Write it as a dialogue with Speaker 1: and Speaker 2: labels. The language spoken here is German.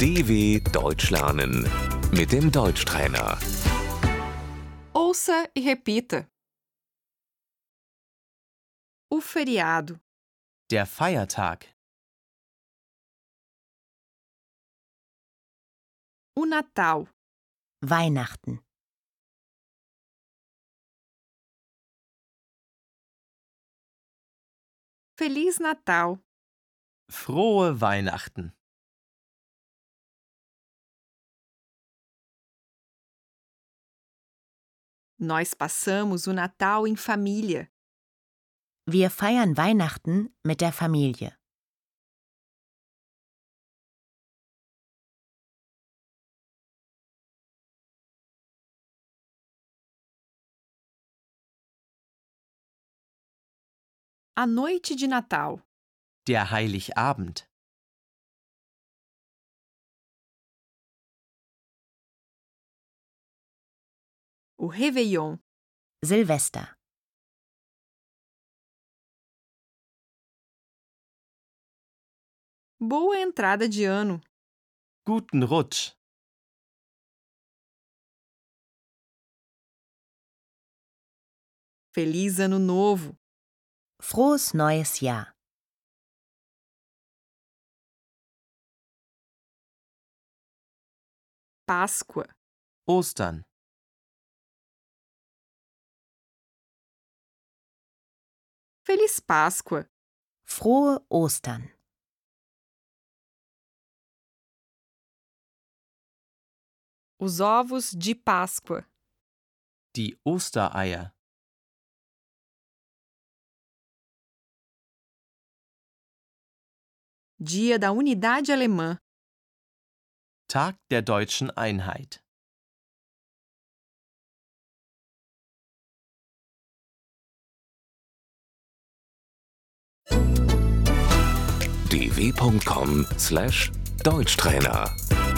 Speaker 1: DW Deutsch lernen mit dem Deutschtrainer.
Speaker 2: Ouça e repita. O feriado,
Speaker 3: Der Feiertag,
Speaker 2: o Natal,
Speaker 4: Weihnachten,
Speaker 2: Feliz Natal,
Speaker 3: frohe Weihnachten,
Speaker 2: Nós passamos o Natal em família.
Speaker 4: wir feiern Weihnachten mit der Familie.
Speaker 2: A noite de Natal,
Speaker 3: der Heiligabend,
Speaker 2: o Réveillon,
Speaker 4: Silvester,
Speaker 2: boa entrada de ano,
Speaker 3: guten Rutsch,
Speaker 2: Feliz Ano Novo,
Speaker 4: frohes neues Jahr,
Speaker 2: Páscoa,
Speaker 3: Ostern,
Speaker 2: Feliz Páscoa,
Speaker 4: frohe Ostern,
Speaker 2: os ovos de Páscoa,
Speaker 3: die Ostereier,
Speaker 2: Dia da Unidade Alemã,
Speaker 3: Tag der deutschen Einheit,
Speaker 1: dw.com/deutschtrainer